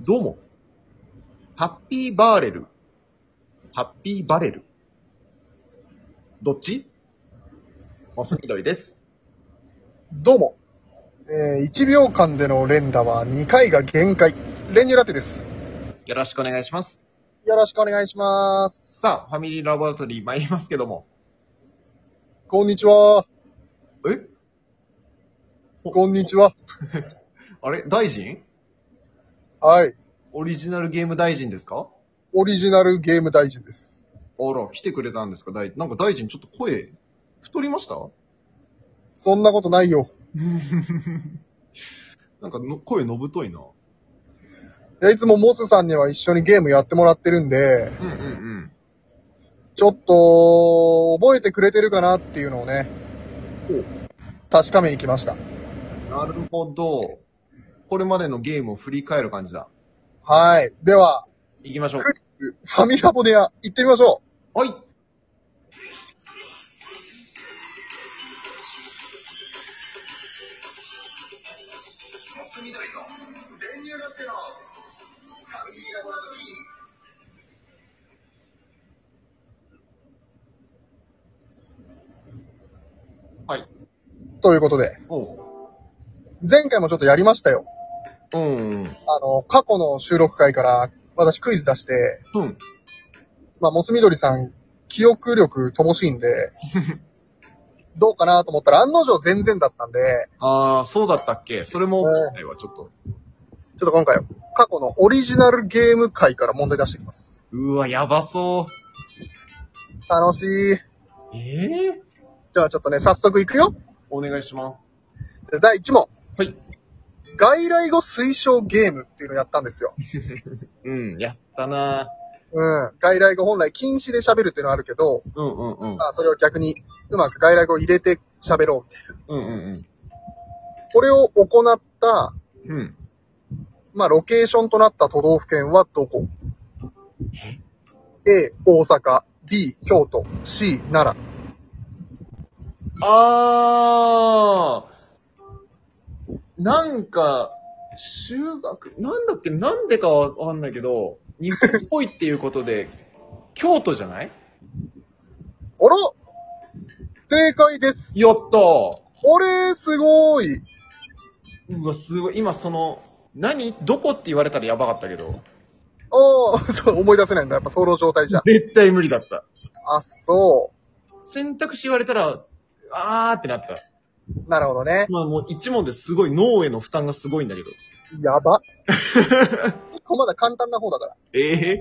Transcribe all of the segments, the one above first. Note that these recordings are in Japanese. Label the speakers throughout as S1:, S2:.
S1: どうも。ハッピーバーレル。ハッピーバレル。どっちモス緑です。
S2: どうも。えー、1秒間での連打は2回が限界。練乳ラテです。
S1: よろしくお願いします。
S2: よろしくお願いします。
S1: さあ、ファミリーラボラトリー参りますけども。
S2: こんにちは。
S1: え
S2: こんにちは。
S1: あれ大臣
S2: はい。
S1: オリジナルゲーム大臣ですか
S2: オリジナルゲーム大臣です。
S1: あら、来てくれたんですか大なんか大臣ちょっと声、太りました
S2: そんなことないよ。
S1: なんかの声のぶといな。
S2: いやいつもモスさんには一緒にゲームやってもらってるんで、
S1: うんうんうん。
S2: ちょっと、覚えてくれてるかなっていうのをね、確かめに来ました。
S1: なるほど。これまでのゲームを振り返る感じだ。
S2: はい。では、
S1: 行きましょう。
S2: ファミラボでや行ってみましょ
S1: はい。
S3: モス緑と電流ラテのファミリーラボラトリー。
S1: はい。
S2: う。ということで、
S1: お
S2: 前回もちょっとやりましたよ。
S1: うん。うん。
S2: あの、過去の収録回から私クイズ出して、
S1: うん。
S2: まあ、もつみどりさん、記憶力乏しいん で、どうかなと思ったら案の定全然だったんで、
S1: ああ、そうだったっけそれも、今回はちょっと。
S2: ちょっと今回、過去のオリジナルゲーム回から問題出してきます。
S1: うわ、やばそ
S2: 楽しい。
S1: う。ええ
S2: ではちょっとね、早速いくよ。
S1: お願いします。
S2: で第1問。
S1: はい。
S2: 外来語推奨ゲームっていうのやったんですよ。
S1: うん、やったな
S2: うん。外来語本来禁止で喋るっていうのはあるけど、
S1: うんうんうん。
S2: まあ、それを逆にうまく外来語を入れて喋ろうみたいな。
S1: うんうん
S2: これを行った、
S1: うん。うん。
S2: まあ、ロケーションとなった都道府県はどこ ?A、大阪、B、京都、C、奈良。
S1: あー。なんか、修学、なんだっけ、なんでかわかんないけど、日本っぽいっていうことで、 京都じゃない
S2: あら正解です。
S1: やったー。
S2: あれすごい。
S1: うわ、すごい。今その、何どこって言われたらやばかったけど。
S2: ああ、 そう、思い出せないんだ。やっぱ、騒動状態じゃ。
S1: 絶対無理だった。
S2: あ、そ
S1: 選択肢言われたら、あーってなった。
S2: う。なるほどね。
S1: まあもう一問ですごい脳への負担がすごいんだけど。
S2: やば。結構まだ簡単な方だから。
S1: ええ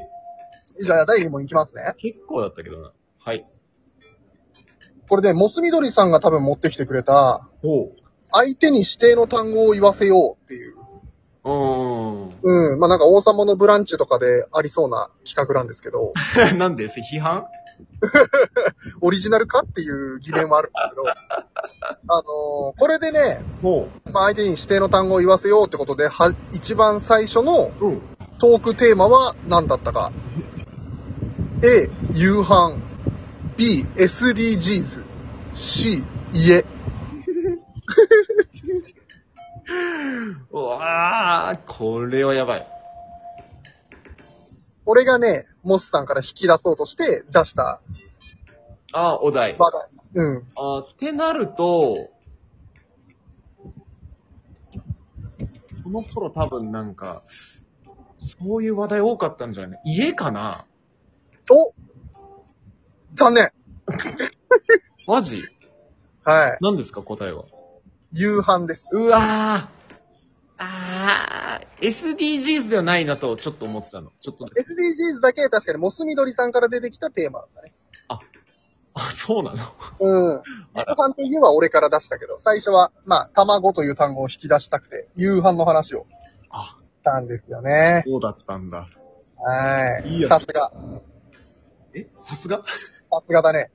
S2: じゃあ、第2問いきますね。
S1: 結構だったけどな。はい。
S2: これで、モスミドリさんが多分持ってきてくれた、
S1: おう。
S2: 相手に指定の単語を言わせようっていう。
S1: うー
S2: うん。まあ、なんか、王様のブランチとかでありそうな企画なんですけど。
S1: ん。 なんでそれ批判
S2: オリジナルかっていう疑念はあるんですけど、あのーこれでね、
S1: ほ
S2: まあ、相手に指定の単語を言わせようってことで、は、一番最初の
S1: う。うん。
S2: トークテーマは何だったか。A、夕飯。B、SDGs。C、家。
S1: うわー、これはやばい。
S2: これがね、モスさんから引き出そうとして出した
S1: あー、お題。
S2: 話題。うん。
S1: あーってなると、その頃多分なんか、そういう話題多かったんじゃない家かな
S2: お残念
S1: マジ
S2: はい。
S1: 何ですか答えは。
S2: 夕飯です。
S1: うわー。あー、SDGs ではないなとちょっと思ってたの。ちょっと、
S2: SDGs だけ確かにモスみどりさんから出てきたテーマだね。
S1: あ、そうなの
S2: うん。
S1: あ
S2: 夕飯って言えば俺から出したけど、最初は、まあ、卵という単語を引き出したくて、夕飯の話を
S1: あ
S2: したんですよね。
S1: そうだったんだ。
S2: はい
S1: い
S2: い。
S1: や
S2: さすが。
S1: えさすが
S2: さすがだね。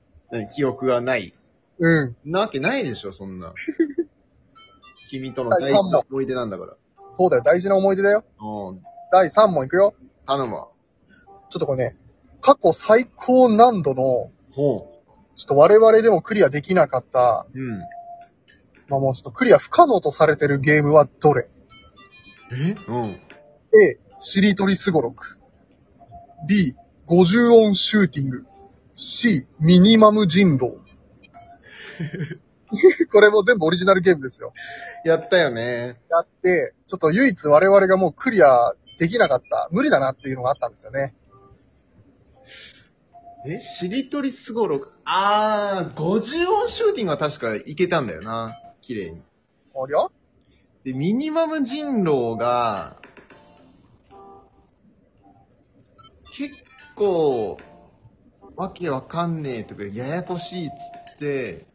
S1: 記憶がない。
S2: うん。
S1: なわけないでしょ、そんな。 君との
S2: はい
S1: 大事な思い出なんだから。
S2: そうだよ。大事な思い出だよ。
S1: うん。
S2: 第3問いくよ。
S1: 頼むわ。
S2: ちょっとこれね、過去最高難度の、
S1: ほ
S2: ちょっと我々でもクリアできなかった、
S1: う。うん。
S2: まあ、もうちょっとクリア不可能とされてるゲームはどれ
S1: えうん。
S2: ?A、しりとりすごろく。B、五十音シューティング。C、ミニマム人狼。 これも全部オリジナルゲームですよ。
S1: やったよね。
S2: やって、ちょっと唯一我々がもうクリアできなかった、無理だなっていうのがあったんですよね。
S1: え、しりとりすごろく。あー、50音シューティングは確かいけたんだよな。綺麗に。
S2: ありゃ
S1: で、ミニマム人狼が、結構、わけわかんねえとか、ややこしいっつって、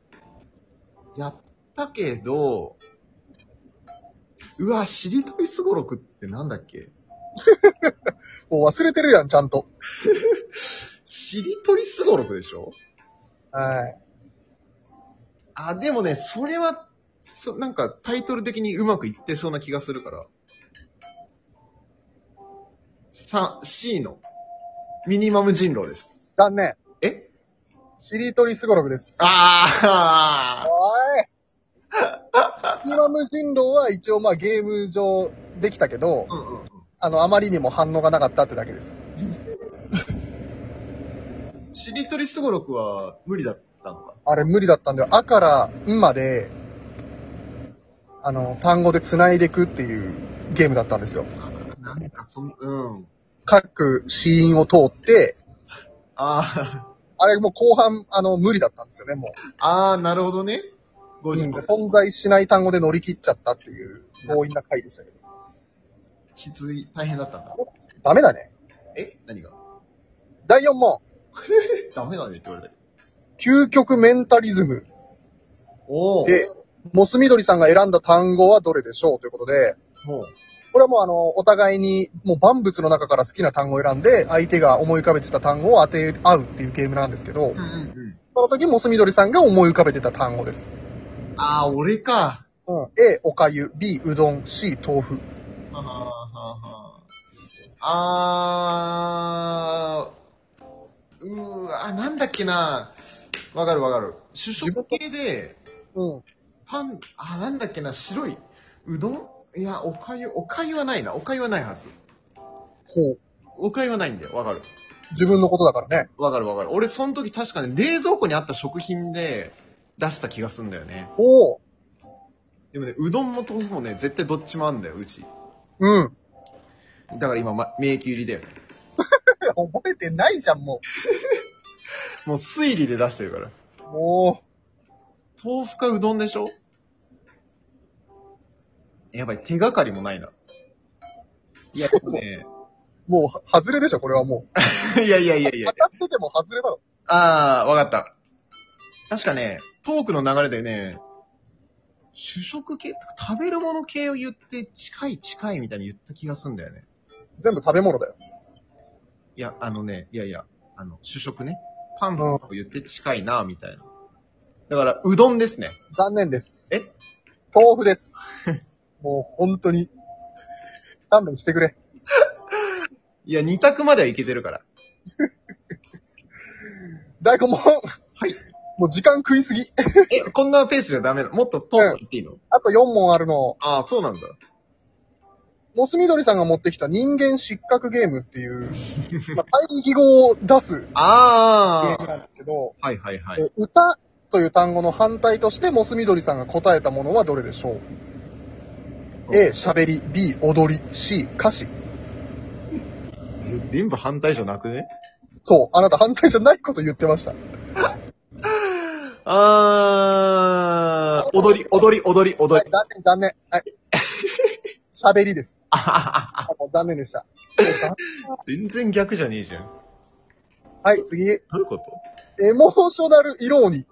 S1: やったけど、うわ、しりとりすごろくってなんだっけ
S2: もう忘れてるやん、ちゃんと。
S1: しりとりすごろくでしょ
S2: はい。
S1: あ、でもね、それは、そ、なんかタイトル的にうまくいってそうな気がするから。さ、C の、ミニマム人狼です。
S2: 残念。
S1: え
S2: しりとりすごろくです。
S1: あ
S2: おいミニマム人狼は一応まあゲーム上できたけど
S1: ー、うんうんうん。
S2: あの、あまりにも反応がなかったってだけです。
S1: しりとりすごろくは無理だったのか。
S2: あれ無理だったんだよ。あから、んまで、あの、単語で繋いでいくっていうゲームだったんですよ。
S1: なんかそん、うん。
S2: 各シーンを通って、
S1: あ
S2: あれもう後半、あの、無理だったんですよね、も
S1: ー、あー、なるほどね。
S2: う。
S1: 50分。
S2: 存在しない単語で乗り切っちゃったっていう強引な回でしたけど。
S1: きつい、大変だったんだ。
S2: ダメだね。
S1: え何が
S2: 第4問。
S1: ダメだねって言われたけ
S2: 究極メンタリズ
S1: ど。
S2: ム
S1: おー。
S2: で、モスミドリさんが選んだ単語はどれでしょうということで、
S1: もう。
S2: これはもうあの、お互いに、もう万物の中から好きな単語を選んで、相手が思い浮かべてた単語を当て合うっていうゲームなんですけど
S1: うん、うんうん。
S2: その時、モスミドリさんが思い浮かべてた単語です。
S1: あー、俺か。
S2: A、おかゆ、B、うどん、C、豆腐。
S1: ははははあー、うーわ、なんだっけな。わかるわかる。主食系で、
S2: うん。
S1: パン、あ、なんだっけな、白い。うどんいや、おかゆ、おかゆはないな。おかゆはないはず。
S2: こう。
S1: おかゆはないんだよ。わかる。
S2: 自分のことだからね。
S1: わかるわかる。俺、その時確かね、冷蔵庫にあった食品で出した気がすんだよね。
S2: おお。
S1: でもね、うどんも豆腐もね、絶対どっちもあんだよ、うち。
S2: うん。
S1: だから今、ま、迷宮入りだよね。
S2: 覚えてないじゃん、も
S1: もう推理で出してるから。
S2: う。も
S1: 豆腐かうどんでしょやばい、手がかりもないな。いや、ね、
S2: う、もう、外れでしょ、これはも う。
S1: いやいやいやいや
S2: 当。たってても外れだろ。
S1: あー、わかった。確かね、トークの流れでね、主食系食べるもの系を言って、近い近いみたいに言った気がすんだよね。
S2: 全部食べ物だよ。
S1: いや、あのね、いやいや、あの、主食ね。パンを言って近いな、みたいな。だから、うどんですね。
S2: 残念です。
S1: え
S2: 豆腐 です。もう、本当に。勘弁してくれ。
S1: いや、二択まではいけてるから。。
S2: 第5問。はいもう時間食いすぎ。
S1: え、こんなペースじゃダメだ。もっとトーク言っていいの、
S2: あと4問あるの。
S1: ああ、そうなんだ。
S2: モスミドリさんが持ってきた人間失格ゲームって いう、まあ、対義語を出すゲ
S1: あ
S2: ームなんですけど、
S1: あ。はいはいは
S2: え
S1: い。
S2: 歌という単語の反対としてモスミドリさんが答えたものはどれでしょう ?A、喋り、B、踊り、C、歌詞。
S1: え、全部反対じゃなくね
S2: そう、あなた反対じゃないこと言ってました。
S1: あー、踊り、踊り、踊り、踊
S2: はい
S1: り。
S2: 残念、残念。 はい。喋りです。
S1: あははは
S2: あもう残念でした。
S1: 全然逆じゃねえじゃん。ど
S2: はい、次。エ
S1: ういうこと
S2: モーショナル色鬼。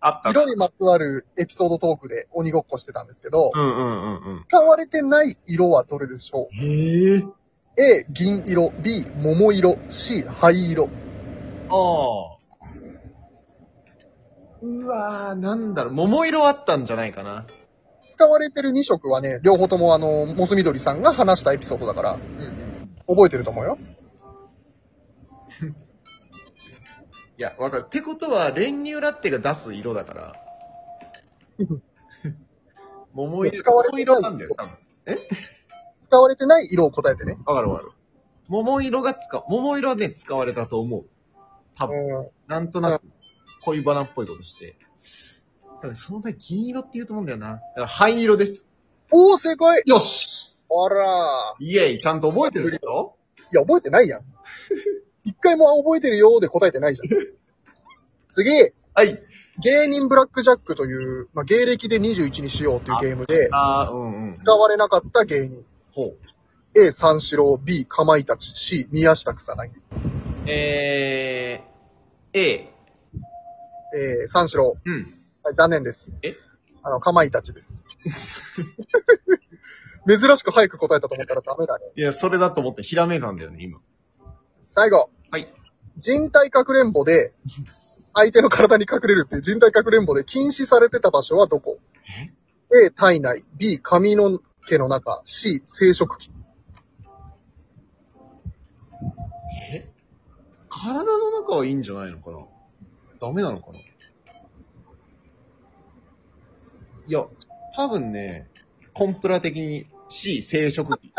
S1: あった。
S2: 色にまつわるエピソードトークで鬼ごっこしてたんですけど、
S1: うんうんうん
S2: 使われてない色はどれでしょ
S1: うん。へえ。
S2: う ?A、銀色、B、桃色、C、灰色。
S1: あー。うわー、なんだろう、桃色あったんじゃないかな。
S2: 使われてる2色はね、両方ともあの、モスミドリさんが話したエピソードだから、
S1: うんうん。
S2: 覚えてると思うよ。
S1: いや、わかる。ってことは、練乳ラッテが出す色だ から。桃色、
S2: 使われて
S1: 桃
S2: な
S1: 色
S2: い
S1: なんだよ、多分。
S2: 使使われてない色を答えてね。
S1: わかるわかる。桃色が使う、桃色はね、使われたと思う。多分、
S2: うん。
S1: なんとなく、恋バナっぽいことして。ただ、その前、銀色って言うと思うんだよな。だから、灰色です。
S2: おー、正解
S1: よし
S2: あら
S1: イエイちゃんと覚えてるでしょ
S2: ー。いや、覚えてないやん。 一回も覚えてるよーで答えてないじゃん。次、
S1: はい。
S2: 芸人ブラックジャックという、まあ、芸歴で21にしようというゲームで、
S1: あー、うんうん。
S2: 使われなかった芸人。
S1: ほう。
S2: A、三四郎、B、かまいたち、C、宮下草薙。
S1: えー、A。
S2: えー、三四郎。
S1: うん。
S2: はい、残念です。
S1: え
S2: あの、かまいたちです。 珍しく早く答えたと思ったらダメだね。
S1: いや、それだと思って、ひらめいたんだよね、今。
S2: 最後。
S1: はい。
S2: 人体かくれんぼで、相手の体に隠れるっていう人体かくれんぼで禁止されてた場所はどこ ?A、体内。B、髪の毛の中。C、生殖器。
S1: え体の中はいいんじゃないのかなダメなのかないや、多分ね、コンプラ的に C 生殖器。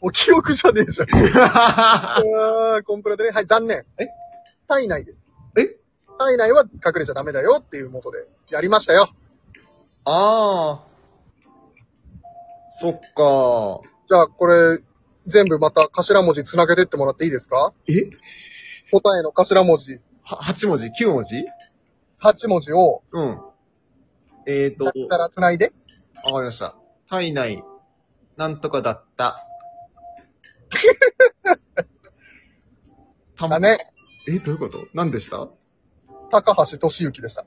S2: もう記憶じゃねえじゃん。
S1: あ
S2: あーコンプラでね。はい、残念。
S1: え
S2: 体内です。
S1: え
S2: 体内は隠れちゃダメだよっていうもとで、やりましたよ。
S1: あー。そっか
S2: じゃあ、これ、全部また頭文字繋げてってもらっていいですか
S1: え
S2: 答えの頭文字、
S1: は、8文字 ?9 文字
S2: 8文字を、
S1: うん。えーと、
S2: だ
S1: わ
S2: っから繋いで。
S1: かりました。体内、なんとかだった。た
S2: だ。ね。
S1: え、どういうこと何でした
S2: 高橋俊之でした。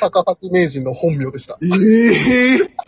S2: 高橋名人の本名でした。
S1: ええ